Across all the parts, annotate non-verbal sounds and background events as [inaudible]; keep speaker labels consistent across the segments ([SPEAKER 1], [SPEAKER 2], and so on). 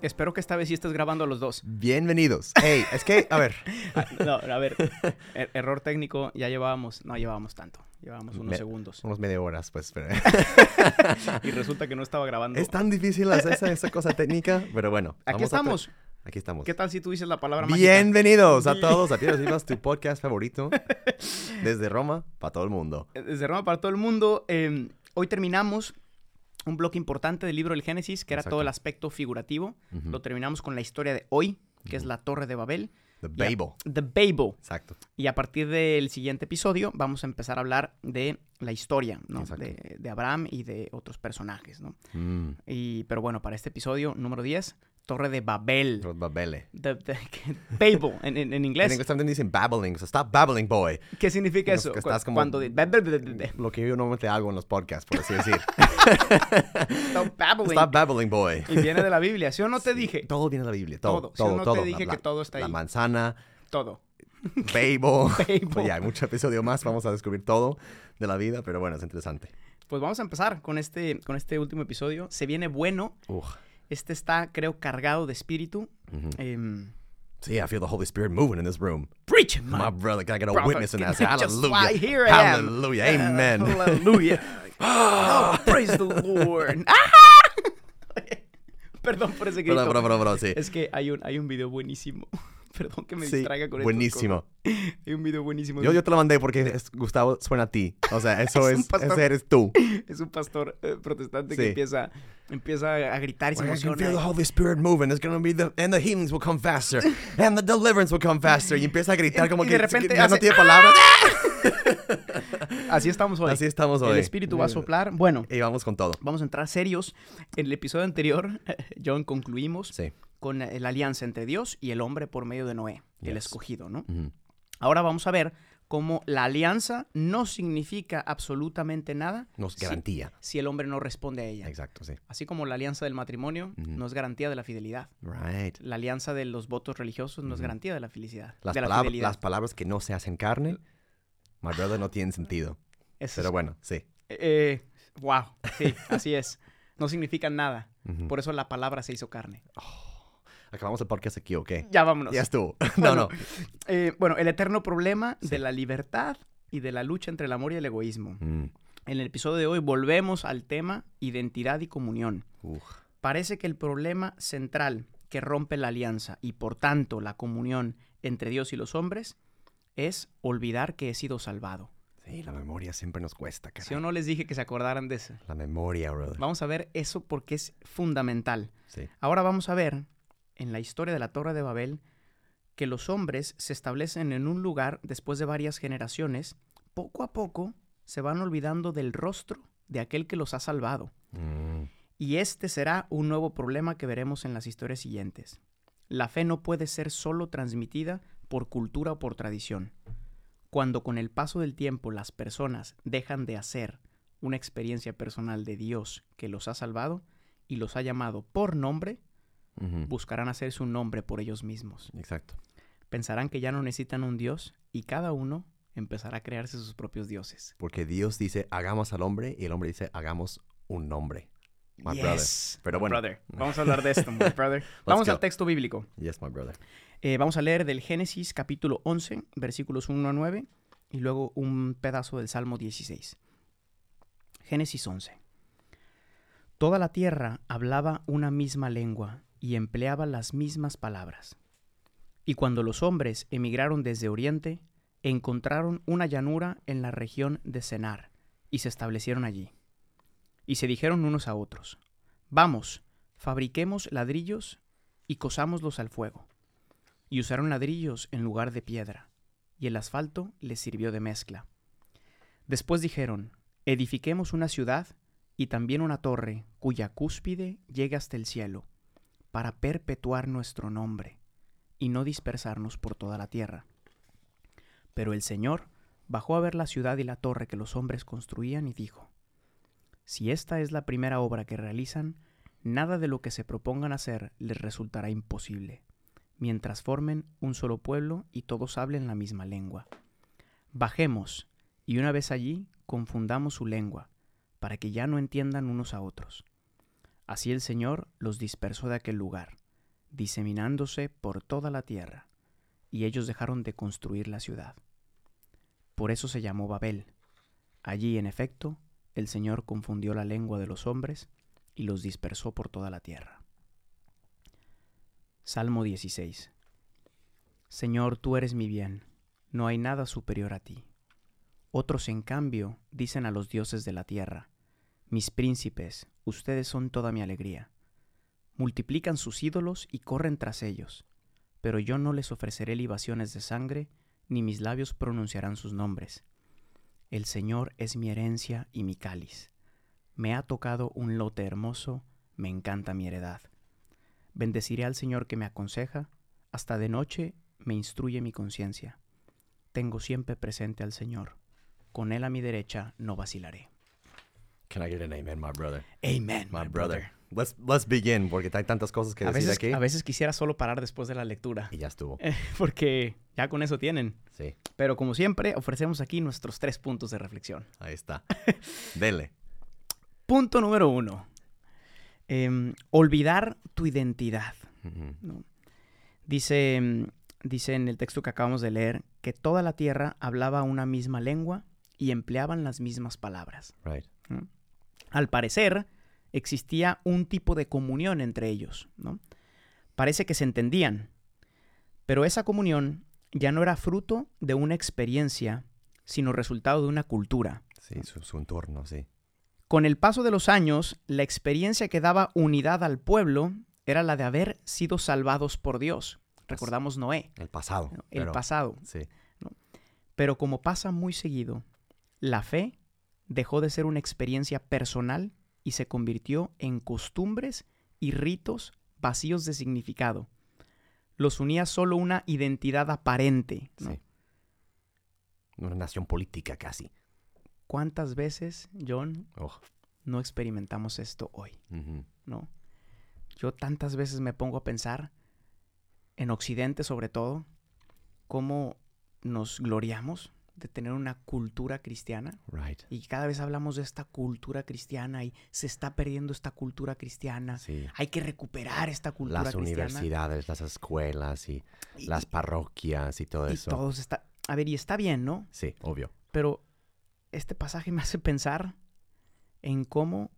[SPEAKER 1] Espero que esta vez sí estés grabando a los dos.
[SPEAKER 2] Bienvenidos. Hey, es que, a
[SPEAKER 1] [laughs]
[SPEAKER 2] ver,
[SPEAKER 1] Ah, No, a
[SPEAKER 2] [laughs]
[SPEAKER 1] ver, er- error técnico, ya llevábamos, no llevábamos tanto, llevábamos unos
[SPEAKER 2] Me- [laughs]
[SPEAKER 1] segundos.
[SPEAKER 2] unos media horas, pues.
[SPEAKER 1] [laughs]
[SPEAKER 2] pero-
[SPEAKER 1] Y resulta que no estaba grabando.
[SPEAKER 2] [laughs] Es tan difícil hacer esa, esa cosa técnica, pero bueno.
[SPEAKER 1] Aquí
[SPEAKER 2] vamos a pues. tra-
[SPEAKER 1] estamos.
[SPEAKER 2] Aquí estamos.
[SPEAKER 1] ¿Qué tal si tú dices la palabra mágica?
[SPEAKER 2] Bienvenidos a
[SPEAKER 1] Bi-
[SPEAKER 2] todos a
[SPEAKER 1] [laughs]
[SPEAKER 2] Piedras Vivas, tu podcast favorito. Desde Roma para todo el mundo.
[SPEAKER 1] Desde Roma para todo el mundo. eh, hoy terminamos un bloque importante del libro del Génesis, que era
[SPEAKER 2] Exacto.
[SPEAKER 1] todo el aspecto figurativo.
[SPEAKER 2] Ujú.
[SPEAKER 1] Lo terminamos con la historia de hoy, que es la Torre de Babel,
[SPEAKER 2] The
[SPEAKER 1] Ya.
[SPEAKER 2] Babel.
[SPEAKER 1] The Babel.
[SPEAKER 2] Exacto.
[SPEAKER 1] Y a partir del siguiente episodio vamos a empezar a hablar de la historia, ¿no?
[SPEAKER 2] Exacto.
[SPEAKER 1] De, de Abraham y de otros personajes, ¿no?
[SPEAKER 2] Mm.
[SPEAKER 1] Y, pero bueno, para este episodio número 10, Torre de Babel.
[SPEAKER 2] Los Babeles.
[SPEAKER 1] The- the- que- Babel en, en- en
[SPEAKER 2] En
[SPEAKER 1] inglés.
[SPEAKER 2] inglés también dicen babbling, so stop babbling, boy.
[SPEAKER 1] ¿Qué significa
[SPEAKER 2] que
[SPEAKER 1] eso? Cu-
[SPEAKER 2] estás como-
[SPEAKER 1] Cuando de- babbling.
[SPEAKER 2] Lo que yo normalmente hago en los podcasts,
[SPEAKER 1] [laughs]
[SPEAKER 2] por así decir. stop babbling, boy.
[SPEAKER 1] Y viene de la Biblia, ¿sí o no te dije?
[SPEAKER 2] Todo viene de la Biblia,
[SPEAKER 1] Todo.
[SPEAKER 2] todo, todo,
[SPEAKER 1] Si yo no te
[SPEAKER 2] todo.
[SPEAKER 1] dije que todo está
[SPEAKER 2] la
[SPEAKER 1] ahí. [laughs]
[SPEAKER 2] manzana,
[SPEAKER 1] Todo.
[SPEAKER 2] Babel.
[SPEAKER 1] Babel.
[SPEAKER 2] ya, hay mucho episodio más, vamos a descubrir todo de la vida, pero bueno, es interesante.
[SPEAKER 1] Pues vamos a empezar con este, con este último episodio. Se viene bueno.
[SPEAKER 2] Uf.
[SPEAKER 1] Este está, creo, cargado de espíritu.
[SPEAKER 2] Ujú.
[SPEAKER 1] Em,
[SPEAKER 2] So yeah, I feel the Holy Spirit moving in this room.
[SPEAKER 1] Preach,
[SPEAKER 2] My
[SPEAKER 1] my
[SPEAKER 2] brother, can I get a
[SPEAKER 1] prophet.
[SPEAKER 2] witness in that?
[SPEAKER 1] Can I [laughs] just
[SPEAKER 2] Hallelujah.
[SPEAKER 1] fly? Here I am. [laughs]
[SPEAKER 2] Hallelujah. Amen. [gasps] [laughs]
[SPEAKER 1] Aleluya. Oh, praise the Lord. Ah. [laughs] Perdón por ese grito.
[SPEAKER 2] Bro, bro, bro,
[SPEAKER 1] [laughs]
[SPEAKER 2] bro, sí.
[SPEAKER 1] Es que hay un, hay un video buenísimo. [laughs] Perdón que me
[SPEAKER 2] Sí,
[SPEAKER 1] distraiga con esto.
[SPEAKER 2] buenísimo.
[SPEAKER 1] Hay un video buenísimo.
[SPEAKER 2] Yo, yo te lo mandé porque es- Gustavo suena a ti.
[SPEAKER 1] [laughs]
[SPEAKER 2] O sea, eso
[SPEAKER 1] Es un
[SPEAKER 2] es,
[SPEAKER 1] pastor.
[SPEAKER 2] ese eres tú.
[SPEAKER 1] Es un pastor eh, protestante que
[SPEAKER 2] Sí.
[SPEAKER 1] empieza, empieza a gritar y se
[SPEAKER 2] Well, as you feel the
[SPEAKER 1] emociona.
[SPEAKER 2] Holy Spirit moving, it's gonna be the and the healings will come
[SPEAKER 1] [laughs]
[SPEAKER 2] faster, and the deliverance will come faster. Y empieza a gritar como
[SPEAKER 1] Y
[SPEAKER 2] que
[SPEAKER 1] de repente
[SPEAKER 2] ya no
[SPEAKER 1] hace,
[SPEAKER 2] tiene palabras.
[SPEAKER 1] Así estamos hoy.
[SPEAKER 2] Así estamos hoy.
[SPEAKER 1] El espíritu va a soplar. Bueno,
[SPEAKER 2] Y vamos con todo.
[SPEAKER 1] vamos a entrar serios. En el episodio anterior, [laughs] John, concluimos
[SPEAKER 2] Sí.
[SPEAKER 1] con eh, la alianza entre Dios y el hombre por medio de Noé, el
[SPEAKER 2] Yes.
[SPEAKER 1] escogido, ¿no?
[SPEAKER 2] Ujú.
[SPEAKER 1] Ahora vamos a ver cómo la alianza no significa absolutamente nada
[SPEAKER 2] Nos
[SPEAKER 1] si-
[SPEAKER 2] garantía.
[SPEAKER 1] si, el hombre no responde a ella.
[SPEAKER 2] Exacto, sí.
[SPEAKER 1] Así como la alianza del matrimonio
[SPEAKER 2] Ujú.
[SPEAKER 1] no es garantía de la fidelidad.
[SPEAKER 2] Right.
[SPEAKER 1] La alianza de los votos religiosos no es
[SPEAKER 2] Ujú.
[SPEAKER 1] garantía de la felicidad.
[SPEAKER 2] Las,
[SPEAKER 1] de la
[SPEAKER 2] palab-
[SPEAKER 1] fidelidad.
[SPEAKER 2] las palabras que no se hacen carne, my brother, no tienen sentido.
[SPEAKER 1] Eso es-
[SPEAKER 2] Pero bueno, sí.
[SPEAKER 1] eh, wow, sí, así es. No significa nada.
[SPEAKER 2] Ujú.
[SPEAKER 1] Por eso la palabra se hizo carne.
[SPEAKER 2] Acabamos el podcast aquí, ¿ok?
[SPEAKER 1] Ya vámonos.
[SPEAKER 2] Ya estuvo. [laughs] No, no.
[SPEAKER 1] Eh, bueno, el eterno problema
[SPEAKER 2] Sí.
[SPEAKER 1] de la libertad y de la lucha entre el amor y el egoísmo.
[SPEAKER 2] Mm.
[SPEAKER 1] En el episodio de hoy volvemos al tema identidad y comunión.
[SPEAKER 2] Uf.
[SPEAKER 1] Parece que el problema central que rompe la alianza y por tanto la comunión entre Dios y los hombres es olvidar que he sido salvado.
[SPEAKER 2] Sí, la memoria siempre nos cuesta, caray.
[SPEAKER 1] Si o no les dije que se acordaran de eso.
[SPEAKER 2] La memoria, brother.
[SPEAKER 1] Vamos a ver eso porque es fundamental.
[SPEAKER 2] Sí.
[SPEAKER 1] Ahora vamos a ver en la historia de la Torre de Babel que los hombres se establecen en un lugar después de varias generaciones, poco a poco se van olvidando del rostro de aquel que los ha salvado.
[SPEAKER 2] Mm.
[SPEAKER 1] Y este será un nuevo problema que veremos en las historias siguientes. La fe no puede ser solo transmitida por cultura o por tradición. Cuando con el paso del tiempo las personas dejan de hacer una experiencia personal de Dios que los ha salvado y los ha llamado por nombre,
[SPEAKER 2] Ujú.
[SPEAKER 1] buscarán hacerse un nombre por ellos mismos.
[SPEAKER 2] Exacto.
[SPEAKER 1] Pensarán que ya no necesitan un Dios y cada uno empezará a crearse sus propios dioses.
[SPEAKER 2] Porque Dios dice, hagamos al hombre, y el hombre dice, hagamos un nombre. My brother. Pero
[SPEAKER 1] my
[SPEAKER 2] bueno.
[SPEAKER 1] brother. Vamos a hablar de
[SPEAKER 2] [laughs]
[SPEAKER 1] esto, my brother. Vamos
[SPEAKER 2] go.
[SPEAKER 1] al texto bíblico.
[SPEAKER 2] Yes, my brother.
[SPEAKER 1] Eh, vamos a leer del Génesis capítulo 11, versículos 1 a 9, y luego un pedazo del Salmo 16. Génesis 11. Toda la tierra hablaba una misma lengua y empleaba las mismas palabras. Y cuando los hombres emigraron desde Oriente, encontraron una llanura en la región de Senar y se establecieron allí. Y se dijeron unos a otros, vamos, fabriquemos ladrillos y cosámoslos al fuego y usaron ladrillos en lugar de piedra, y el asfalto les sirvió de mezcla. Después dijeron, edifiquemos una ciudad y también una torre cuya cúspide llegue hasta el cielo, para perpetuar nuestro nombre, y no dispersarnos por toda la tierra. Pero el Señor bajó a ver la ciudad y la torre que los hombres construían y dijo, Si esta es la primera obra que realizan, nada de lo que se propongan hacer les resultará imposible, mientras formen un solo pueblo y todos hablen la misma lengua. Bajemos, y una vez allí, confundamos su lengua, para que ya no entiendan unos a otros. Así el Señor los dispersó de aquel lugar, diseminándose por toda la tierra, y ellos dejaron de construir la ciudad. Por eso se llamó Babel. Allí, en efecto, el Señor confundió la lengua de los hombres y los dispersó por toda la tierra. Salmo 16. Señor, tú eres mi bien, no hay nada superior a ti. Otros, en cambio, dicen a los dioses de la tierra, mis príncipes, ustedes son toda mi alegría. Multiplican sus ídolos y corren tras ellos, pero yo no les ofreceré libaciones de sangre, ni mis labios pronunciarán sus nombres. El Señor es mi herencia y mi cáliz. Me ha tocado un lote hermoso, me encanta mi heredad. Bendeciré al Señor que me aconseja, hasta de noche me instruye mi conciencia. Tengo siempre presente al Señor, con Él a mi derecha no vacilaré.
[SPEAKER 2] Can I get an amen, my brother?
[SPEAKER 1] Amen.
[SPEAKER 2] My brother. Let's, let's begin, porque hay tantas cosas que
[SPEAKER 1] A
[SPEAKER 2] decir
[SPEAKER 1] veces,
[SPEAKER 2] aquí.
[SPEAKER 1] a veces quisiera solo parar después de la lectura,
[SPEAKER 2] Y ya estuvo.
[SPEAKER 1] [laughs] porque ya con eso tienen.
[SPEAKER 2] Sí,
[SPEAKER 1] Pero como siempre, ofrecemos aquí nuestros tres puntos de reflexión. [laughs]
[SPEAKER 2] ahí está. Dele.
[SPEAKER 1] Punto número uno. Em, olvidar tu identidad.
[SPEAKER 2] Ujú.
[SPEAKER 1] Dice, em, dice en el texto que acabamos de leer que toda la tierra hablaba una misma lengua y empleaban las mismas palabras.
[SPEAKER 2] Right.
[SPEAKER 1] Al parecer, existía un tipo de comunión entre ellos, ¿no? Parece que se entendían, pero esa comunión ya no era fruto de una experiencia, sino resultado de una cultura.
[SPEAKER 2] Sí, su, su entorno, sí.
[SPEAKER 1] Con el paso de los años, la experiencia que daba unidad al pueblo era la de haber sido salvados por Dios. Recordamos Noé,
[SPEAKER 2] El pasado.
[SPEAKER 1] ¿no? el
[SPEAKER 2] pero-
[SPEAKER 1] pasado.
[SPEAKER 2] Sí.
[SPEAKER 1] Pero como pasa muy seguido, la fe dejó de ser una experiencia personal y se convirtió en costumbres y ritos vacíos de significado. Los unía solo una identidad aparente. ¿no?
[SPEAKER 2] Sí. Una nación política casi.
[SPEAKER 1] ¿Cuántas veces, John,
[SPEAKER 2] Oh,
[SPEAKER 1] no experimentamos esto hoy?
[SPEAKER 2] ujú.
[SPEAKER 1] ¿no? Yo tantas veces me pongo a pensar, en Occidente sobre todo, cómo nos gloriamos de tener una cultura cristiana
[SPEAKER 2] Right.
[SPEAKER 1] y cada vez hablamos de esta cultura cristiana y se está perdiendo esta cultura cristiana.
[SPEAKER 2] Sí.
[SPEAKER 1] Hay que recuperar esta Ah, cultura
[SPEAKER 2] Las
[SPEAKER 1] cristiana.
[SPEAKER 2] universidades, las escuelas y
[SPEAKER 1] Y-
[SPEAKER 2] las parroquias y todo
[SPEAKER 1] y
[SPEAKER 2] eso.
[SPEAKER 1] todos está, a ver, y está bien, ¿no?
[SPEAKER 2] Sí, obvio.
[SPEAKER 1] Pero este pasaje me hace pensar en cómo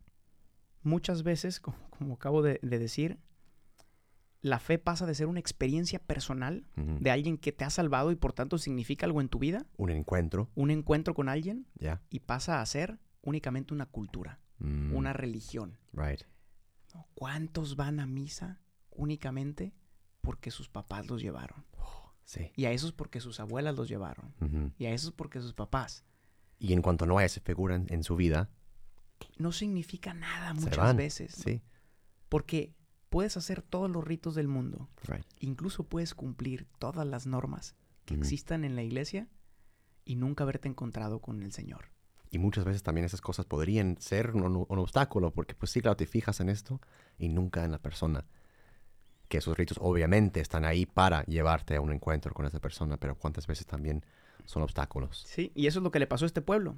[SPEAKER 1] muchas veces, [laughs] como, como acabo de, de decir, la fe pasa de ser una experiencia personal
[SPEAKER 2] Ujú.
[SPEAKER 1] de alguien que te ha salvado y por tanto significa algo en tu vida,
[SPEAKER 2] Un encuentro,
[SPEAKER 1] un encuentro con alguien,
[SPEAKER 2] ya.
[SPEAKER 1] y pasa a ser únicamente una cultura,
[SPEAKER 2] Mm,
[SPEAKER 1] una religión.
[SPEAKER 2] Right.
[SPEAKER 1] ¿no? ¿Cuántos van a misa únicamente porque sus papás los llevaron?
[SPEAKER 2] Sí.
[SPEAKER 1] Y a esos porque sus abuelas los llevaron.
[SPEAKER 2] Ujú.
[SPEAKER 1] Y a esos porque sus papás.
[SPEAKER 2] Y en cuanto no hay esa figura en, en su vida,
[SPEAKER 1] No significa nada
[SPEAKER 2] Se
[SPEAKER 1] muchas
[SPEAKER 2] van,
[SPEAKER 1] veces. ¿no?
[SPEAKER 2] sí.
[SPEAKER 1] Porque puedes hacer todos los ritos del mundo,
[SPEAKER 2] Right.
[SPEAKER 1] incluso puedes cumplir todas las normas que
[SPEAKER 2] Ujú.
[SPEAKER 1] existan en la iglesia y nunca haberte encontrado con el Señor.
[SPEAKER 2] Y muchas veces también esas cosas podrían ser un, un obstáculo, porque pues sí, claro, te fijas en esto y nunca en la persona. Que esos ritos obviamente están ahí para llevarte a un encuentro con esa persona, pero cuántas veces también son obstáculos.
[SPEAKER 1] Sí, y eso es lo que le pasó a este pueblo.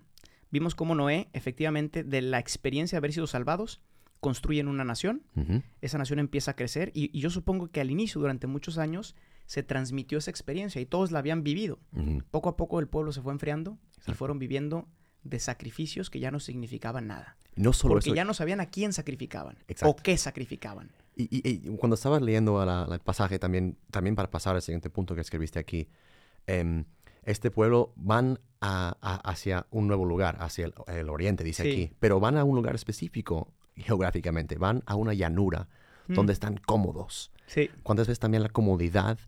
[SPEAKER 1] Vimos cómo Noé, efectivamente, de la experiencia de haber sido salvados, construyen una nación,
[SPEAKER 2] Ujú.
[SPEAKER 1] esa nación empieza a crecer y, y yo supongo que al inicio, durante muchos años, se transmitió esa experiencia y todos la habían vivido.
[SPEAKER 2] Ujú.
[SPEAKER 1] Poco a poco el pueblo se fue enfriando y
[SPEAKER 2] Exacto.
[SPEAKER 1] fueron viviendo de sacrificios que ya no significaban nada.
[SPEAKER 2] No solo
[SPEAKER 1] Porque
[SPEAKER 2] eso,
[SPEAKER 1] ya no sabían a quién sacrificaban o
[SPEAKER 2] Exacto.
[SPEAKER 1] qué sacrificaban.
[SPEAKER 2] Y, y- y cuando estaba leyendo la- la- el pasaje, también, también para pasar al siguiente punto que escribiste aquí, em, este pueblo van a- a- hacia un nuevo lugar, hacia el, el oriente, dice
[SPEAKER 1] Sí.
[SPEAKER 2] aquí, pero van a un lugar específico geográficamente, van a una llanura donde están cómodos.
[SPEAKER 1] Mm. Sí.
[SPEAKER 2] ¿Cuántas veces también la comodidad?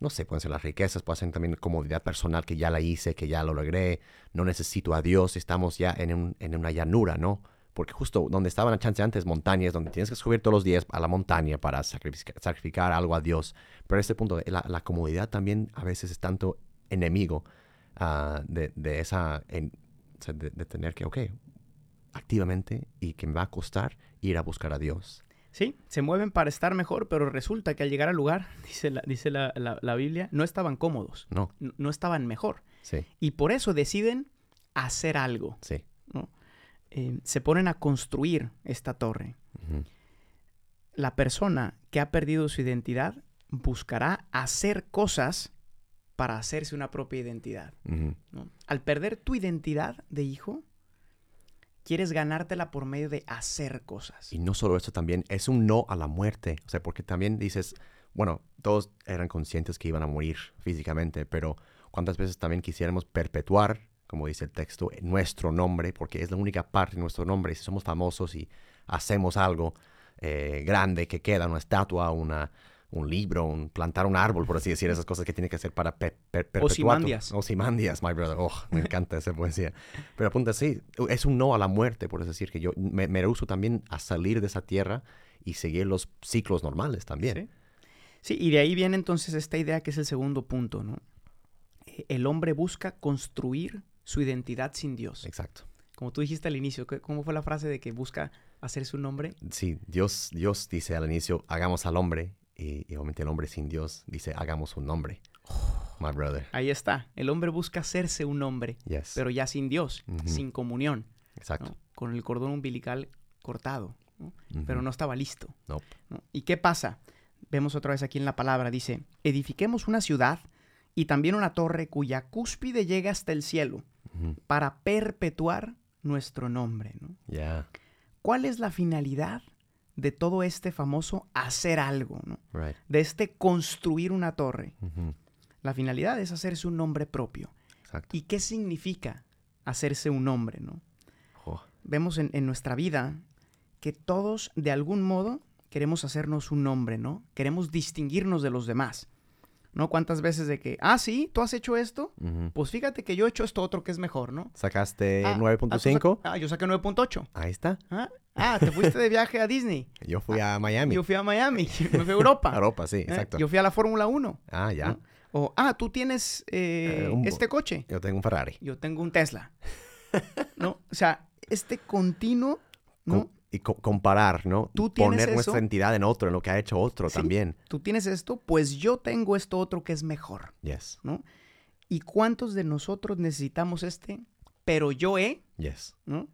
[SPEAKER 2] No sé, pueden ser las riquezas, pueden ser también comodidad personal, que ya la hice, que ya lo logré, no necesito a Dios, estamos ya en, un- en una llanura, ¿no? Porque justo donde estaban la chance antes, montañas, donde tienes que subir todos los días a la montaña para sacrificar, sacrificar algo a Dios. Pero en este punto, la, la comodidad también a veces es tanto enemigo ah, de, de esa, en- o sea, de, de tener que, ok, activamente y que me va a costar ir a buscar a Dios.
[SPEAKER 1] Sí, se mueven para estar mejor, pero resulta que al llegar al lugar, [laughs] dice la, dice la, la- la Biblia, no estaban cómodos,
[SPEAKER 2] No,
[SPEAKER 1] n- no estaban mejor.
[SPEAKER 2] sí,
[SPEAKER 1] Y por eso deciden hacer algo.
[SPEAKER 2] sí.
[SPEAKER 1] Eh, se ponen a construir esta torre.
[SPEAKER 2] Ujú.
[SPEAKER 1] La persona que ha perdido su identidad buscará hacer cosas para hacerse una propia identidad.
[SPEAKER 2] Ujú.
[SPEAKER 1] ¿no? Al perder tu identidad de hijo, quieres ganártela por medio de hacer cosas.
[SPEAKER 2] Y no solo eso, también es un no a la muerte. O sea, porque también dices, bueno, todos eran conscientes que iban a morir físicamente, pero cuántas veces también quisiéramos perpetuar, como dice el texto, nuestro nombre, porque es la única parte de nuestro nombre. Y si somos famosos y hacemos algo eh, grande que queda, una estatua, una, un libro, un, plantar un árbol, por así decir, esas cosas que tiene que hacer para pe- per- perpetuar. tu-
[SPEAKER 1] Ozymandias.
[SPEAKER 2] Ozymandias, my brother. Oh, me encanta esa poesía. Pero apunta, sí, es un no a la muerte, por eso decir que yo me, me rehuso también a salir de esa tierra y seguir los ciclos normales también.
[SPEAKER 1] Sí, y de ahí viene entonces esta idea que es el segundo punto, ¿no? Eh, El hombre busca construir su identidad sin Dios.
[SPEAKER 2] Exacto.
[SPEAKER 1] Como tú dijiste al inicio, ¿qué- ¿cómo fue la frase de que busca hacer su nombre?
[SPEAKER 2] Sí, Dios, Dios dice al inicio, hagamos al hombre, y, y obviamente el hombre sin Dios dice, hagamos un hombre.
[SPEAKER 1] Oh.
[SPEAKER 2] My brother.
[SPEAKER 1] Ahí está, el hombre busca hacerse un hombre,
[SPEAKER 2] Yes.
[SPEAKER 1] pero ya sin Dios,
[SPEAKER 2] Ujú.
[SPEAKER 1] sin comunión, ¿no?
[SPEAKER 2] Exacto.
[SPEAKER 1] con el cordón umbilical cortado, ¿no?
[SPEAKER 2] Ujú.
[SPEAKER 1] pero no estaba listo.
[SPEAKER 2] Nope.
[SPEAKER 1] ¿no? ¿Y qué pasa? Vemos otra vez aquí en la palabra, dice, edifiquemos una ciudad y también una torre cuya cúspide llega hasta el cielo.
[SPEAKER 2] Ujú.
[SPEAKER 1] para perpetuar nuestro nombre. ¿no?
[SPEAKER 2] Yeah,
[SPEAKER 1] ¿Cuál es la finalidad de todo este famoso hacer algo? ¿no?
[SPEAKER 2] right.
[SPEAKER 1] De este construir una torre.
[SPEAKER 2] Ujú.
[SPEAKER 1] La finalidad es hacerse un nombre propio.
[SPEAKER 2] Exacto.
[SPEAKER 1] ¿Y qué significa hacerse un nombre? ¿no?
[SPEAKER 2] Oh,
[SPEAKER 1] Vemos en, en nuestra vida que todos, de algún modo, queremos hacernos un nombre, ¿no? Queremos distinguirnos de los demás. ¿No? ¿Cuántas veces de que, ah, sí, tú has hecho esto?
[SPEAKER 2] ujú.
[SPEAKER 1] Pues fíjate que yo he hecho esto otro que es mejor, ¿no?
[SPEAKER 2] Sacaste
[SPEAKER 1] Ah, ah, tú
[SPEAKER 2] 9.5.
[SPEAKER 1] Ah, yo saqué 9.8.
[SPEAKER 2] Ahí está.
[SPEAKER 1] Ah, ah, te fuiste de viaje a Disney.
[SPEAKER 2] Yo fui a
[SPEAKER 1] Ah,
[SPEAKER 2] Miami.
[SPEAKER 1] Yo fui a
[SPEAKER 2] [laughs]
[SPEAKER 1] Miami, me fui a Europa.
[SPEAKER 2] A Europa, sí,
[SPEAKER 1] ¿eh?
[SPEAKER 2] exacto.
[SPEAKER 1] Yo fui a la Fórmula 1.
[SPEAKER 2] Ah, ya.
[SPEAKER 1] ¿no? O, ah, tú tienes eh,
[SPEAKER 2] Eh, un bo-
[SPEAKER 1] este coche.
[SPEAKER 2] Yo tengo un Ferrari.
[SPEAKER 1] Yo tengo un Tesla. ¿No? O sea, este continuo, ¿no?
[SPEAKER 2] Com- y co- comparar, ¿no?
[SPEAKER 1] Tú tienes
[SPEAKER 2] Poner nuestra
[SPEAKER 1] eso.
[SPEAKER 2] entidad en otro, en lo que ha hecho otro
[SPEAKER 1] Sí.
[SPEAKER 2] también.
[SPEAKER 1] Tú tienes esto, pues yo tengo esto otro que es mejor,
[SPEAKER 2] Yes,
[SPEAKER 1] ¿no? ¿Y cuántos de nosotros necesitamos este, pero yo he,
[SPEAKER 2] yes.
[SPEAKER 1] ¿no?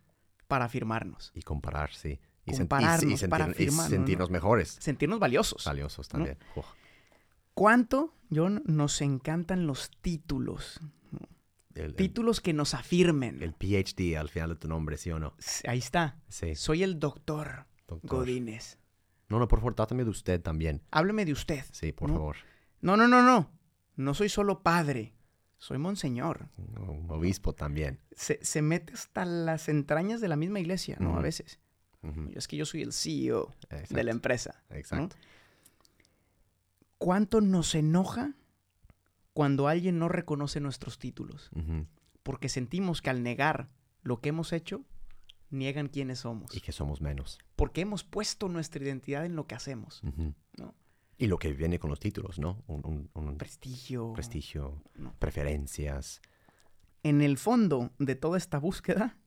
[SPEAKER 1] Para afirmarnos,
[SPEAKER 2] Y comparar, sí. Y,
[SPEAKER 1] Compararnos
[SPEAKER 2] y, y sentir-
[SPEAKER 1] para
[SPEAKER 2] y
[SPEAKER 1] afirmarnos, ¿no?
[SPEAKER 2] sentirnos mejores.
[SPEAKER 1] sentirnos valiosos.
[SPEAKER 2] Valiosos también. Uf.
[SPEAKER 1] ¿Cuánto, John, nos encantan los títulos?
[SPEAKER 2] El, el-
[SPEAKER 1] Títulos que nos afirmen.
[SPEAKER 2] el PhD al final de tu nombre, ¿sí o no?
[SPEAKER 1] S- Ahí está.
[SPEAKER 2] Sí.
[SPEAKER 1] Soy el doctor
[SPEAKER 2] doctor.
[SPEAKER 1] Godínez.
[SPEAKER 2] No, no, por favor, trátame de usted también.
[SPEAKER 1] Hábleme de usted.
[SPEAKER 2] Sí, por
[SPEAKER 1] No.
[SPEAKER 2] favor.
[SPEAKER 1] No, no, no, no. No soy solo padre. Soy monseñor.
[SPEAKER 2] Un obispo también.
[SPEAKER 1] Se, se mete hasta las entrañas de la misma iglesia, ¿no? A
[SPEAKER 2] Ujú.
[SPEAKER 1] veces.
[SPEAKER 2] Ujú.
[SPEAKER 1] Es que yo soy el E CEO
[SPEAKER 2] Exacto.
[SPEAKER 1] de la empresa.
[SPEAKER 2] Exacto.
[SPEAKER 1] ¿Cuánto nos enoja cuando alguien no reconoce nuestros títulos?
[SPEAKER 2] Ujú.
[SPEAKER 1] Porque sentimos que al negar lo que hemos hecho, niegan quiénes somos.
[SPEAKER 2] Y que somos menos.
[SPEAKER 1] Porque hemos puesto nuestra identidad en lo que hacemos.
[SPEAKER 2] Ujú.
[SPEAKER 1] No.
[SPEAKER 2] Y lo que viene con los títulos, ¿no? Un, un- un
[SPEAKER 1] Prestigio.
[SPEAKER 2] prestigio,
[SPEAKER 1] No.
[SPEAKER 2] preferencias.
[SPEAKER 1] En el fondo de toda esta búsqueda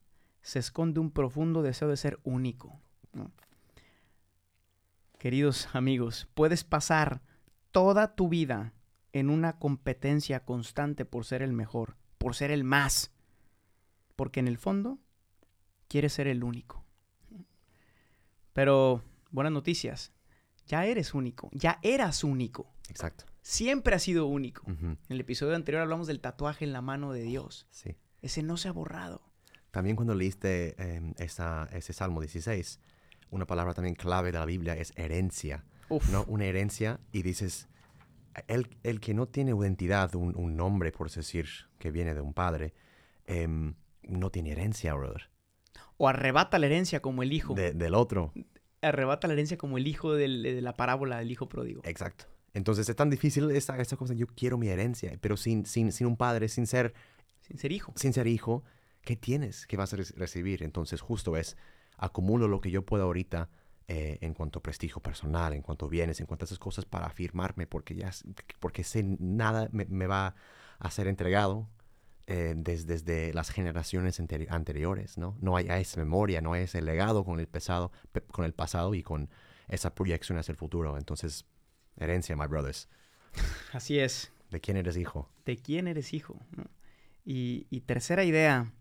[SPEAKER 1] se esconde un profundo deseo de ser único. ¿no? Queridos amigos, puedes pasar toda tu vida en una competencia constante por ser el mejor, por ser el más, porque en el fondo quieres ser el único. Pero buenas noticias, ya eres único, ya eras único,
[SPEAKER 2] Exacto.
[SPEAKER 1] siempre has sido único.
[SPEAKER 2] Ujú.
[SPEAKER 1] En el episodio anterior hablamos del tatuaje en la mano de Dios.
[SPEAKER 2] Sí.
[SPEAKER 1] Ese no se ha borrado.
[SPEAKER 2] También cuando leíste em, esa- ese Salmo 16, una palabra también clave de la Biblia es herencia,
[SPEAKER 1] Uf.
[SPEAKER 2] ¿no? Una herencia y dices, el, el que no tiene identidad, un, un nombre, por así decir, que viene de un padre, em, no tiene herencia, brother,
[SPEAKER 1] O arrebata la herencia como el hijo.
[SPEAKER 2] de- del otro.
[SPEAKER 1] Arrebata la herencia como el hijo del- de la parábola del hijo pródigo.
[SPEAKER 2] Exacto. Entonces es tan difícil esa, esa cosa, yo quiero mi herencia, pero sin, sin, sin un padre, sin ser
[SPEAKER 1] Sin ser hijo.
[SPEAKER 2] sin ser hijo, ¿qué tienes? ¿Qué vas a re- recibir? Entonces justo es, acumulo lo que yo pueda ahorita eh, en cuanto a prestigio personal, en cuanto a bienes, en cuanto a esas cosas para afirmarme, porque ya s- porque sé nada me, me va a ser entregado eh, des- desde las generaciones anteri- anteriores, ¿no? No hay, hay esa memoria, no hay ese legado con el, pesado, pe- con el pasado y con esa proyección hacia el futuro. Entonces, herencia, my brothers.
[SPEAKER 1] Así es.
[SPEAKER 2] ¿De quién eres hijo?
[SPEAKER 1] de quién eres hijo. ¿no? Y, y tercera idea,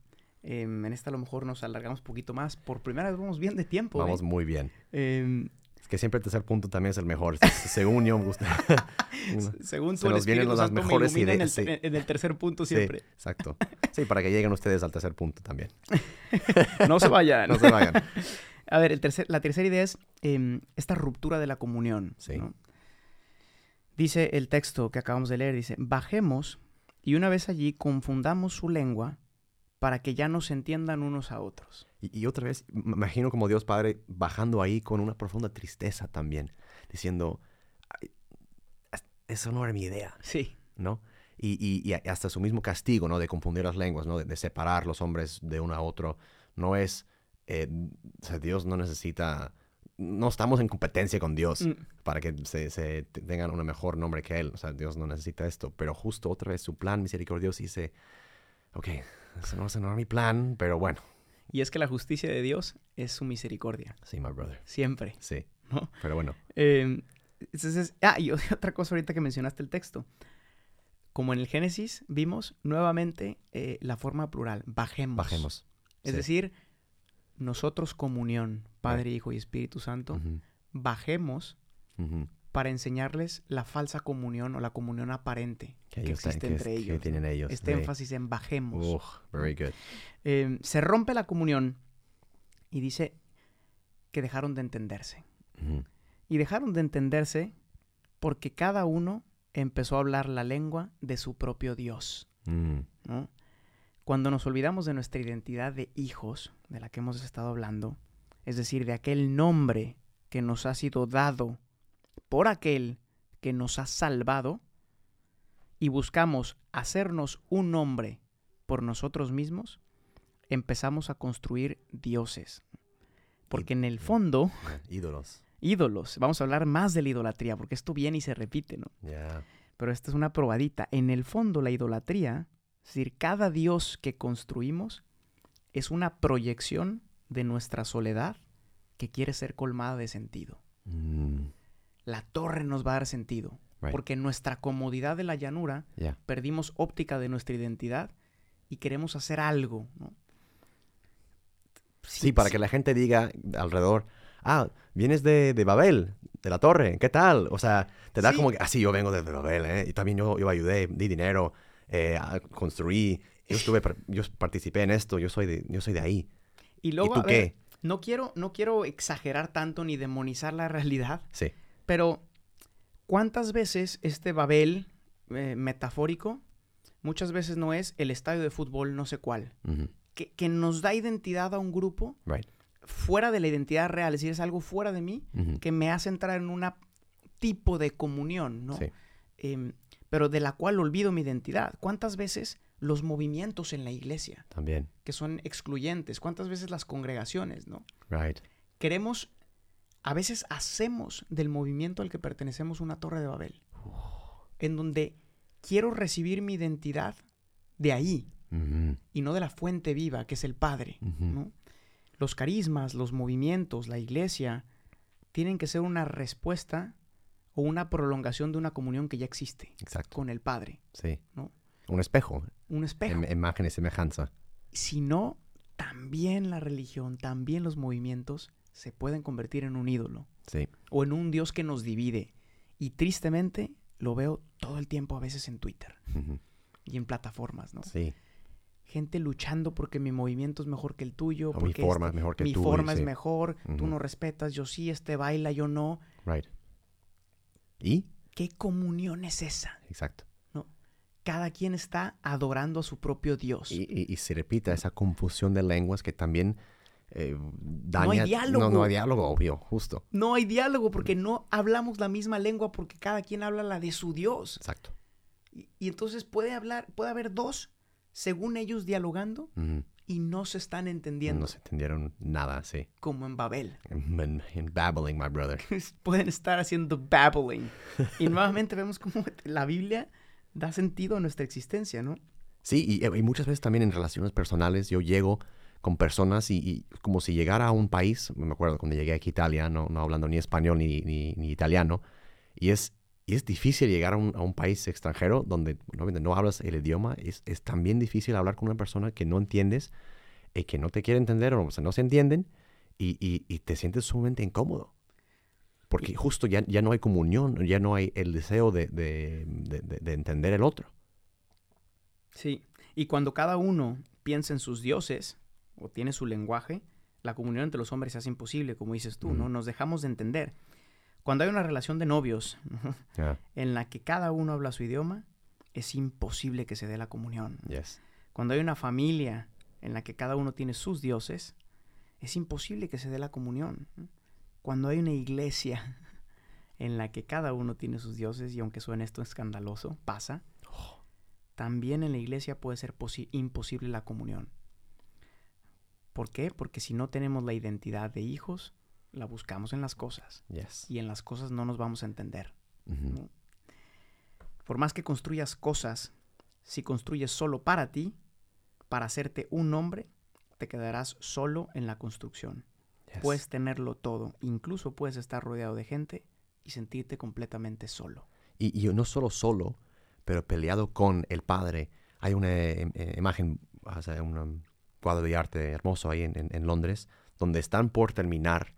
[SPEAKER 1] em, en esta a lo mejor nos alargamos un poquito más. Por primera vez vamos bien de tiempo. ¿eh?
[SPEAKER 2] Vamos muy bien.
[SPEAKER 1] Em,
[SPEAKER 2] Es que siempre el tercer punto también es el mejor. Según yo, me
[SPEAKER 1] [laughs]
[SPEAKER 2] gusta. Uno.
[SPEAKER 1] Em, se- según
[SPEAKER 2] Se
[SPEAKER 1] tú, el
[SPEAKER 2] nos vienen
[SPEAKER 1] Espíritu
[SPEAKER 2] las
[SPEAKER 1] Santo me
[SPEAKER 2] mejores
[SPEAKER 1] ilumina
[SPEAKER 2] ideas,
[SPEAKER 1] en, el,
[SPEAKER 2] sí.
[SPEAKER 1] en el tercer punto
[SPEAKER 2] Sí, [laughs]
[SPEAKER 1] siempre.
[SPEAKER 2] exacto. Sí, para que lleguen ustedes al tercer punto también.
[SPEAKER 1] Ah, No se vayan.
[SPEAKER 2] No se vayan.
[SPEAKER 1] A ver, el tercer- la tercera idea es em, esta ruptura de la comunión.
[SPEAKER 2] Sí.
[SPEAKER 1] ¿no? Dice el texto que acabamos de leer, dice, bajemos y una vez allí confundamos su lengua para que ya nos entiendan unos a otros.
[SPEAKER 2] Y, y otra vez, me imagino como Dios Padre bajando ahí con una profunda tristeza también, diciendo, "Ay, es- eso no era mi idea,
[SPEAKER 1] Sí.
[SPEAKER 2] ¿no? Y, y- y hasta su mismo castigo, ¿no? De confundir las lenguas, ¿no? De, de separar los hombres de uno a otro. No es, eh, o sea, Dios no necesita, no estamos en competencia con Dios.
[SPEAKER 1] [laughs] Mm.
[SPEAKER 2] para que se, se te- tengan un mejor nombre que él. O sea, Dios no necesita esto. Pero justo otra vez su plan misericordioso dice, ok, ese no, ese no era mi plan, pero bueno.
[SPEAKER 1] Y es que la justicia de Dios es su misericordia,
[SPEAKER 2] Sí, my brother.
[SPEAKER 1] siempre,
[SPEAKER 2] Sí,
[SPEAKER 1] ¿no?
[SPEAKER 2] pero bueno.
[SPEAKER 1] Eh, entonces, ah, y [laughs] otra cosa ahorita que mencionaste el texto. Como en el Génesis vimos nuevamente eh, la forma plural, bajemos.
[SPEAKER 2] Bajemos.
[SPEAKER 1] Es
[SPEAKER 2] sí.
[SPEAKER 1] decir, nosotros comunión, Padre, Hijo y Espíritu Santo,
[SPEAKER 2] Ujú,
[SPEAKER 1] bajemos
[SPEAKER 2] ujú.
[SPEAKER 1] para enseñarles la falsa comunión o la comunión aparente que,
[SPEAKER 2] ellos
[SPEAKER 1] existe
[SPEAKER 2] ten- que
[SPEAKER 1] entre
[SPEAKER 2] es- que
[SPEAKER 1] ellos. ¿no?
[SPEAKER 2] tienen ellos.
[SPEAKER 1] Este
[SPEAKER 2] sí.
[SPEAKER 1] énfasis en bajemos.
[SPEAKER 2] Ugh, very good.
[SPEAKER 1] Eh, se rompe la comunión y dice que dejaron de entenderse.
[SPEAKER 2] Ujú.
[SPEAKER 1] Y dejaron de entenderse porque cada uno empezó a hablar la lengua de su propio Dios.
[SPEAKER 2] Mm,
[SPEAKER 1] ¿no? Cuando nos olvidamos de nuestra identidad de hijos, de la que hemos estado hablando, es decir, de aquel nombre que nos ha sido dado por aquel que nos ha salvado, y buscamos hacernos un nombre por nosotros mismos, empezamos a construir dioses. Porque en el fondo,
[SPEAKER 2] yeah, Ídolos.
[SPEAKER 1] ídolos, vamos a hablar más de la idolatría, porque esto viene y se repite, ¿no?
[SPEAKER 2] Ya.
[SPEAKER 1] Pero esta es una probadita. En el fondo, la idolatría, es decir, cada dios que construimos es una proyección de nuestra soledad que quiere ser colmada de sentido.
[SPEAKER 2] Mm,
[SPEAKER 1] La torre nos va a dar sentido,
[SPEAKER 2] right.
[SPEAKER 1] porque en nuestra comodidad de la llanura
[SPEAKER 2] Ya.
[SPEAKER 1] perdimos óptica de nuestra identidad y queremos hacer algo. ¿no?
[SPEAKER 2] Sí, para que la gente diga alrededor, ah, vienes de, de Babel, de la torre, ¿qué tal? O sea, te da
[SPEAKER 1] Sí.
[SPEAKER 2] como que, ah, sí, yo vengo de, de Babel, ¿eh? Y también yo, yo ayudé, di dinero, eh, a- construí, yo estuve, par- yo participé en esto, yo soy de, yo soy de ahí.
[SPEAKER 1] Y luego,
[SPEAKER 2] ¿Y tú
[SPEAKER 1] a ver,
[SPEAKER 2] qué?
[SPEAKER 1] no quiero, no quiero exagerar tanto ni demonizar la [laughs] realidad,
[SPEAKER 2] Sí,
[SPEAKER 1] Pero, ¿cuántas veces este Babel eh, metafórico, muchas veces no es el estadio de fútbol no sé cuál,
[SPEAKER 2] Ujú.
[SPEAKER 1] que, que nos da identidad a un grupo
[SPEAKER 2] right.
[SPEAKER 1] fuera de la identidad real, es decir, es algo fuera de mí
[SPEAKER 2] Ujú.
[SPEAKER 1] que me hace entrar en un tipo de comunión, ¿no?
[SPEAKER 2] Sí.
[SPEAKER 1] Em, pero de la cual olvido mi identidad. ¿Cuántas veces los movimientos en la iglesia,
[SPEAKER 2] También,
[SPEAKER 1] que son excluyentes? ¿Cuántas veces las congregaciones, ¿no?
[SPEAKER 2] right.
[SPEAKER 1] queremos, a veces hacemos del movimiento al que pertenecemos una torre de Babel, en donde quiero recibir mi identidad de ahí
[SPEAKER 2] Ujú.
[SPEAKER 1] y no de la fuente viva que es el Padre.
[SPEAKER 2] Ujú.
[SPEAKER 1] ¿no? Los carismas, los movimientos, la iglesia, tienen que ser una respuesta o una prolongación de una comunión que ya existe
[SPEAKER 2] Exacto,
[SPEAKER 1] con el Padre,
[SPEAKER 2] sí.
[SPEAKER 1] ¿no?
[SPEAKER 2] Un espejo,
[SPEAKER 1] un espejo.
[SPEAKER 2] im- imagen y semejanza.
[SPEAKER 1] Si no, también la religión, también los movimientos se pueden convertir en un ídolo.
[SPEAKER 2] Sí,
[SPEAKER 1] o en un Dios que nos divide. Y tristemente lo veo todo el tiempo a veces en Twitter
[SPEAKER 2] Ujú.
[SPEAKER 1] y en plataformas, ¿no?
[SPEAKER 2] sí.
[SPEAKER 1] Gente luchando porque mi movimiento es mejor que el tuyo,
[SPEAKER 2] O mi
[SPEAKER 1] porque
[SPEAKER 2] forma
[SPEAKER 1] este-
[SPEAKER 2] es mejor que
[SPEAKER 1] mi
[SPEAKER 2] tú. y
[SPEAKER 1] forma
[SPEAKER 2] sí.
[SPEAKER 1] es mejor, tú
[SPEAKER 2] Ujú.
[SPEAKER 1] no respetas, yo sí, este baila, yo no.
[SPEAKER 2] Right. Y,
[SPEAKER 1] ¿Qué comunión es esa?
[SPEAKER 2] exacto.
[SPEAKER 1] Cada quien está adorando a su propio Dios.
[SPEAKER 2] Y, y- y se repita esa confusión de lenguas que también eh, daña.
[SPEAKER 1] hay
[SPEAKER 2] No,
[SPEAKER 1] diálogo.
[SPEAKER 2] no hay diálogo, obvio, justo.
[SPEAKER 1] No hay diálogo porque no hablamos la misma lengua porque cada quien habla la de su Dios.
[SPEAKER 2] Exacto.
[SPEAKER 1] Y, y entonces puede hablar, puede haber dos, según ellos dialogando,
[SPEAKER 2] Ujú.
[SPEAKER 1] y no se están entendiendo
[SPEAKER 2] No se entendieron nada, sí. [laughs]
[SPEAKER 1] como en Babel.
[SPEAKER 2] En- en babbling, my brother.
[SPEAKER 1] pues, Pueden estar haciendo babbling. Y nuevamente vemos cómo la Biblia da sentido a nuestra existencia, ¿no?
[SPEAKER 2] Sí, y, eh, y muchas veces también en relaciones personales yo llego con personas y, y como si llegara a un país, me acuerdo cuando llegué aquí a Italia, no, no hablando ni español ni, ni- ni italiano, y es, y es difícil llegar a un, a un país extranjero donde obviamente, no hablas el idioma, es, es también difícil hablar con una persona que no entiendes, y que no te quiere entender, o sea, no se entienden, y, y- y te sientes sumamente incómodo. Porque justo ya, ya no hay comunión, ya no hay el deseo de- de- de- de- de entender el otro.
[SPEAKER 1] Sí. Y cuando cada uno piensa en sus dioses o tiene su lenguaje, la comunión entre los hombres se hace imposible, como dices tú, ¿no?
[SPEAKER 2] Ujú.
[SPEAKER 1] Nos dejamos de entender. Cuando hay una relación de novios
[SPEAKER 2] Ah,
[SPEAKER 1] en la que cada uno habla su idioma, es imposible que se dé la comunión.
[SPEAKER 2] yes.
[SPEAKER 1] Cuando hay una familia en la que cada uno tiene sus dioses, es imposible que se dé la comunión. Cuando hay una iglesia [laughs] en la que cada uno tiene sus dioses, y aunque suene esto escandaloso, pasa, también en la iglesia puede ser posi- imposible la comunión. ¿Por qué? Porque si no tenemos la identidad de hijos, la buscamos en las cosas,
[SPEAKER 2] [gasps] Yes. Mm-hmm.
[SPEAKER 1] y en las cosas no nos vamos a entender.
[SPEAKER 2] Ujú.
[SPEAKER 1] ¿no? Por más que construyas cosas, si construyes solo para ti, para hacerte un hombre, te quedarás solo en la construcción.
[SPEAKER 2] Yes.
[SPEAKER 1] Puedes tenerlo todo, incluso puedes estar rodeado de gente y sentirte completamente solo.
[SPEAKER 2] y, y no solo solo, pero peleado con el padre. Hay una eh, eh, imagen, o sea, un um, cuadro de arte hermoso ahí en, en- en Londres, donde están por terminar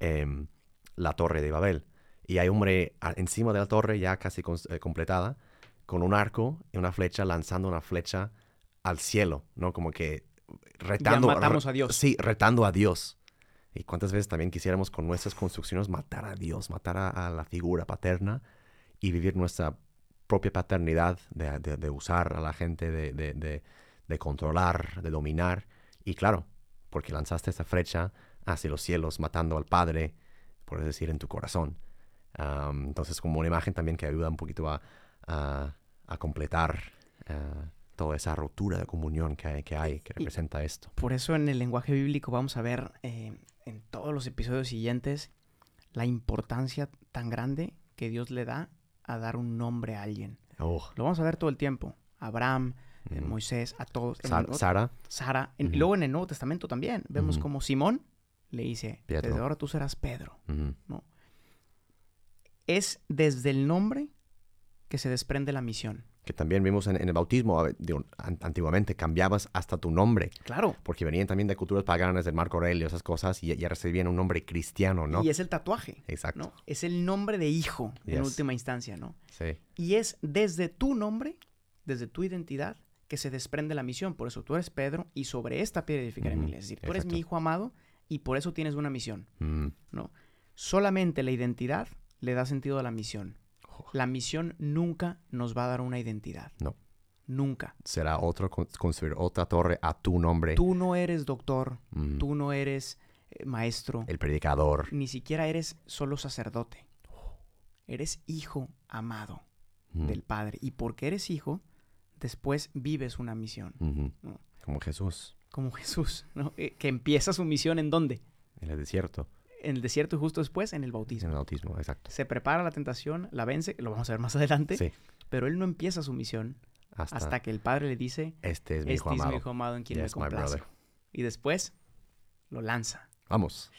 [SPEAKER 2] em, la torre de Babel. Y hay un hombre a- encima de la torre ya casi cons- eh, completada, con un arco y una flecha, lanzando una flecha al cielo, ¿no? Como que retando...
[SPEAKER 1] ya matamos a Dios.
[SPEAKER 2] Sí, retando a Dios. Y cuántas veces también quisiéramos con nuestras construcciones matar a Dios, matar a, a la figura paterna y vivir nuestra propia paternidad de, de- de usar a la gente, de, de- de- de controlar, de dominar. Y claro, porque lanzaste esa flecha hacia los cielos matando al Padre, por decir, en tu corazón. Am, entonces, como una imagen también que ayuda un poquito a, a- a completar eh, toda esa ruptura de comunión que hay, que, hay, que
[SPEAKER 1] Y-
[SPEAKER 2] representa esto.
[SPEAKER 1] Por eso en el lenguaje bíblico vamos a ver eh, en todos los episodios siguientes la importancia tan grande que Dios le da a dar un nombre a alguien.
[SPEAKER 2] Oh,
[SPEAKER 1] Lo vamos a ver todo el tiempo. Abraham, eh,
[SPEAKER 2] ujú.
[SPEAKER 1] Moisés, a todos. En el
[SPEAKER 2] Sa-
[SPEAKER 1] Nuevo-
[SPEAKER 2] Sara,
[SPEAKER 1] Sara. En-
[SPEAKER 2] Ujú.
[SPEAKER 1] Luego en el Nuevo Testamento también vemos
[SPEAKER 2] Ujú.
[SPEAKER 1] como Simón le dice,
[SPEAKER 2] Pedro.
[SPEAKER 1] desde ahora tú serás Pedro.
[SPEAKER 2] ujú,
[SPEAKER 1] Es desde el nombre que se desprende la misión.
[SPEAKER 2] que también vimos en, en el bautismo, a ver, digo, an- antiguamente cambiabas hasta tu nombre,
[SPEAKER 1] Claro.
[SPEAKER 2] porque venían también de culturas paganas, del Marco Aurelio, esas cosas, y ya recibían un nombre cristiano, ¿no?
[SPEAKER 1] Y es el tatuaje,
[SPEAKER 2] Exacto.
[SPEAKER 1] ¿no? Es el nombre de hijo en
[SPEAKER 2] Yes.
[SPEAKER 1] última instancia, ¿no?
[SPEAKER 2] Sí.
[SPEAKER 1] Y es desde tu nombre, desde tu identidad, que se desprende la misión. Por eso tú eres Pedro y sobre esta piedra edificaré mi
[SPEAKER 2] Ujú,
[SPEAKER 1] iglesia. Es decir, tú eres
[SPEAKER 2] exacto.
[SPEAKER 1] mi hijo amado y por eso tienes una misión.
[SPEAKER 2] Mm.
[SPEAKER 1] Solamente la identidad le da sentido a la misión. La misión nunca nos va a dar una identidad.
[SPEAKER 2] No.
[SPEAKER 1] Nunca.
[SPEAKER 2] Será otro, con- construir otra torre a tu nombre.
[SPEAKER 1] Tú no eres doctor,
[SPEAKER 2] Eh. Mm.
[SPEAKER 1] tú no eres eh, maestro,
[SPEAKER 2] El predicador.
[SPEAKER 1] ni siquiera eres solo sacerdote. Eres hijo amado
[SPEAKER 2] Mm.
[SPEAKER 1] del Padre. Y porque eres hijo, después vives una misión.
[SPEAKER 2] Mm. Ujú.
[SPEAKER 1] No.
[SPEAKER 2] Como Jesús,
[SPEAKER 1] Como Jesús, ¿no? Eh, que empieza su misión en dónde?
[SPEAKER 2] en el desierto,
[SPEAKER 1] En el desierto y justo después en el
[SPEAKER 2] en
[SPEAKER 1] bautismo.
[SPEAKER 2] el autismo, exacto.
[SPEAKER 1] Se prepara la tentación, la vence, lo vamos a ver más adelante,
[SPEAKER 2] Sí,
[SPEAKER 1] pero él no empieza su misión
[SPEAKER 2] hasta,
[SPEAKER 1] hasta que el padre le dice,
[SPEAKER 2] este es mi hijo
[SPEAKER 1] este es
[SPEAKER 2] amado.
[SPEAKER 1] mi hijo amado en quien
[SPEAKER 2] Yes,
[SPEAKER 1] me
[SPEAKER 2] my
[SPEAKER 1] complazo.
[SPEAKER 2] brother.
[SPEAKER 1] Y después lo lanza.
[SPEAKER 2] Vamos.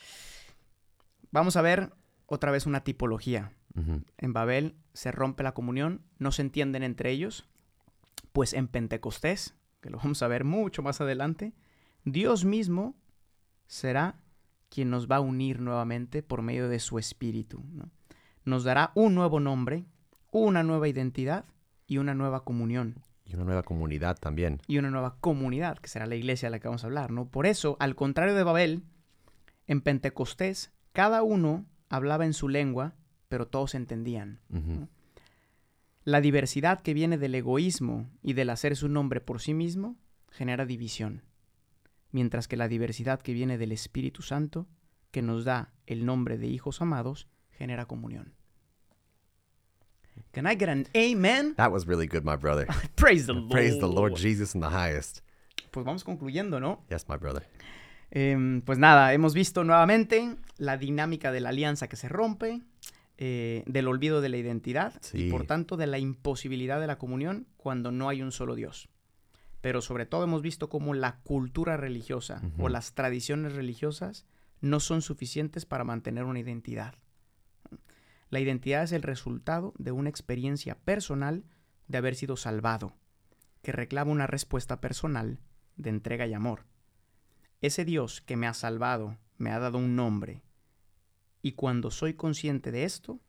[SPEAKER 1] Vamos a ver otra vez una tipología.
[SPEAKER 2] Ujú.
[SPEAKER 1] En Babel se rompe la comunión, no se entienden entre ellos, pues en Pentecostés, que lo vamos a ver mucho más adelante, Dios mismo será quien nos va a unir nuevamente por medio de su espíritu. ¿no? Nos dará un nuevo nombre, una nueva identidad y una nueva comunión.
[SPEAKER 2] Y una nueva comunidad también.
[SPEAKER 1] y una nueva comunidad, que será la iglesia de la que vamos a hablar, ¿no? Por eso, al contrario de Babel, en Pentecostés, cada uno hablaba en su lengua, pero todos entendían.
[SPEAKER 2] Ujú.
[SPEAKER 1] La diversidad que viene del egoísmo y del hacer su nombre por sí mismo genera división, mientras que la diversidad que viene del Espíritu Santo, que nos da el nombre de hijos amados, genera comunión. Can I get an amen? [laughs]
[SPEAKER 2] That was really good, my brother.
[SPEAKER 1] Praise [laughs] the Lord.
[SPEAKER 2] Praise the Lord Jesus in the highest.
[SPEAKER 1] pues vamos concluyendo, ¿no?
[SPEAKER 2] Yes, my brother.
[SPEAKER 1] Em, pues nada, hemos visto nuevamente la dinámica de la alianza que se rompe, eh, del olvido de la identidad y
[SPEAKER 2] Sí.
[SPEAKER 1] por tanto de la imposibilidad de la comunión cuando no hay un solo Dios. Pero sobre todo hemos visto cómo la cultura religiosa o
[SPEAKER 2] Ujú.
[SPEAKER 1] las tradiciones religiosas no son suficientes para mantener una identidad. La identidad es el resultado de una experiencia personal de haber sido salvado, que reclama una respuesta personal de entrega y amor. Ese Dios que me ha salvado me ha dado un nombre. Y cuando soy consciente de esto,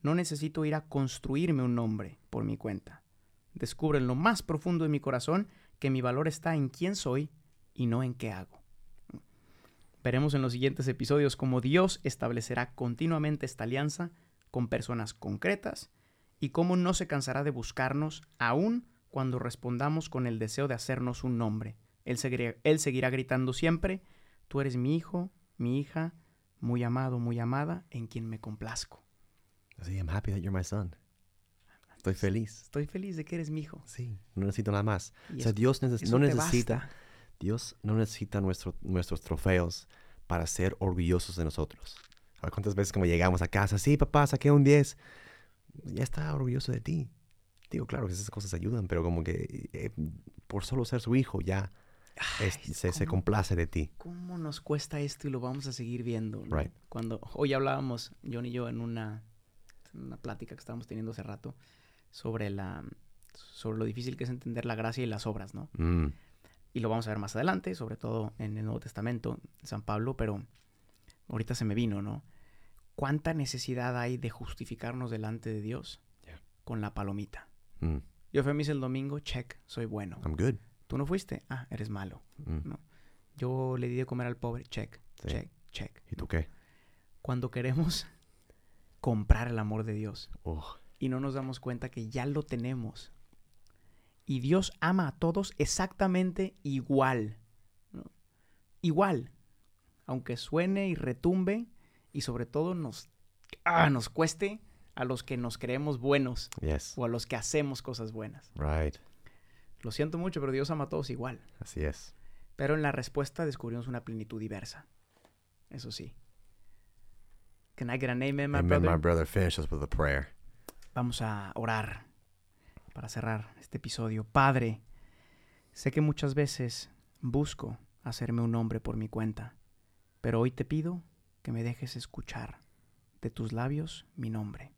[SPEAKER 1] no necesito ir a construirme un nombre por mi cuenta. Descubro en lo más profundo de mi corazón que mi valor está en quién soy y no en qué hago. Veremos en los siguientes episodios cómo Dios establecerá continuamente esta alianza con personas concretas y cómo no se cansará de buscarnos aún cuando respondamos con el deseo de hacernos un nombre. Él seguirá, él seguirá gritando siempre, tú eres mi hijo, mi hija, muy amado, muy amada, en quien me complazco.
[SPEAKER 2] Sí, I'm happy that you're my son. Estoy feliz.
[SPEAKER 1] Estoy feliz de que eres mi hijo.
[SPEAKER 2] Sí, no necesito nada más.
[SPEAKER 1] Y
[SPEAKER 2] o sea,
[SPEAKER 1] eso-
[SPEAKER 2] Dios neces-
[SPEAKER 1] eso
[SPEAKER 2] no
[SPEAKER 1] te
[SPEAKER 2] necesita,
[SPEAKER 1] basta.
[SPEAKER 2] Dios no necesita nuestro- nuestros trofeos para ser orgullosos de nosotros. A ver, ¿Cuántas veces como llegamos a casa? Sí, papá, saqué un 10. Ya está orgulloso de ti. Digo, claro que esas cosas ayudan, pero como que eh, por solo ser su hijo ya es-
[SPEAKER 1] Ay,
[SPEAKER 2] se, se
[SPEAKER 1] ¿cómo?
[SPEAKER 2] complace de ti.
[SPEAKER 1] ¿Cómo nos cuesta esto y lo vamos a seguir viendo? ¿no?
[SPEAKER 2] Right.
[SPEAKER 1] Cuando hoy hablábamos, John y yo, en una, en una plática que estábamos teniendo hace rato, sobre, la, sobre lo difícil que es entender la gracia y las obras, ¿no?
[SPEAKER 2] Mm,
[SPEAKER 1] Y lo vamos a ver más adelante, sobre todo en el Nuevo Testamento, San Pablo, pero ahorita se me vino, ¿no? ¿Cuánta necesidad hay de justificarnos delante de Dios
[SPEAKER 2] Yeah.
[SPEAKER 1] con la palomita?
[SPEAKER 2] mm,
[SPEAKER 1] Yo fui a misa el domingo, check, soy bueno.
[SPEAKER 2] I'm good.
[SPEAKER 1] Tú no fuiste, ah, eres malo.
[SPEAKER 2] Mm,
[SPEAKER 1] Yo le di de comer al pobre, check,
[SPEAKER 2] Sí.
[SPEAKER 1] check, check.
[SPEAKER 2] ¿Y tú
[SPEAKER 1] Mm.
[SPEAKER 2] qué?
[SPEAKER 1] cuando queremos [laughs] comprar el amor de Dios
[SPEAKER 2] Oh,
[SPEAKER 1] y no nos damos cuenta que ya lo tenemos. Y Dios ama a todos exactamente igual. ¿no? Igual. Aunque suene y retumbe y sobre todo nos, ah, nos cueste a los que nos creemos buenos
[SPEAKER 2] yes.
[SPEAKER 1] o a los que hacemos cosas buenas.
[SPEAKER 2] Right.
[SPEAKER 1] Lo siento mucho, pero Dios ama a todos igual.
[SPEAKER 2] Así es.
[SPEAKER 1] Pero en la respuesta descubrimos una plenitud diversa. Eso sí. Can I get an amen, my
[SPEAKER 2] Amen,
[SPEAKER 1] brother?
[SPEAKER 2] my brother finish us with a prayer.
[SPEAKER 1] Vamos a orar para cerrar este episodio. Padre, sé que muchas veces busco hacerme un nombre por mi cuenta, pero hoy te pido que me dejes escuchar de tus labios mi nombre.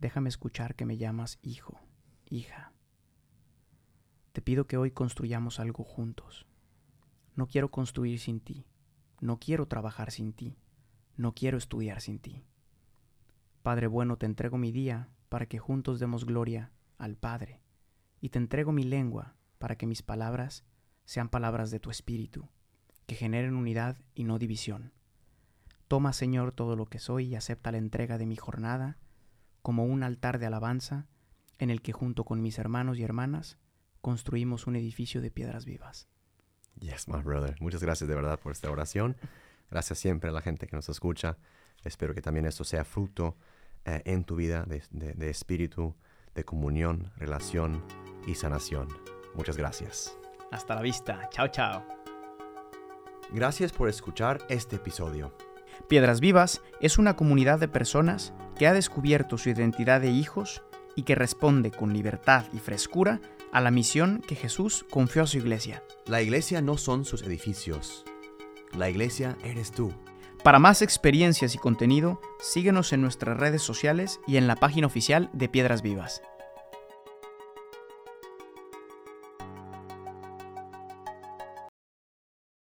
[SPEAKER 1] Déjame escuchar que me llamas hijo, hija. Te pido que hoy construyamos algo juntos. No quiero construir sin ti. No quiero trabajar sin ti. No quiero estudiar sin ti. Padre bueno, te entrego mi día para que juntos demos gloria al Padre, y te entrego mi lengua para que mis palabras sean palabras de tu Espíritu, que generen unidad y no división. Toma, Señor, todo lo que soy y acepta la entrega de mi jornada como un altar de alabanza en el que junto con mis hermanos y hermanas construimos un edificio de piedras vivas.
[SPEAKER 2] Yes, my brother. Muchas gracias de verdad por esta oración. Gracias siempre a la gente que nos escucha. Espero que también esto sea fruto eh, en tu vida de, de- de espíritu, de comunión, relación y sanación. Muchas gracias.
[SPEAKER 1] Hasta la vista. Chao, chao.
[SPEAKER 2] Gracias por escuchar este episodio.
[SPEAKER 1] Piedras Vivas es una comunidad de personas que ha descubierto su identidad de hijos y que responde con libertad y frescura a la misión que Jesús confió a su iglesia.
[SPEAKER 2] La iglesia no son sus edificios. La iglesia eres tú.
[SPEAKER 1] Para más experiencias y contenido, síguenos en nuestras redes sociales y en la página oficial de Piedras Vivas.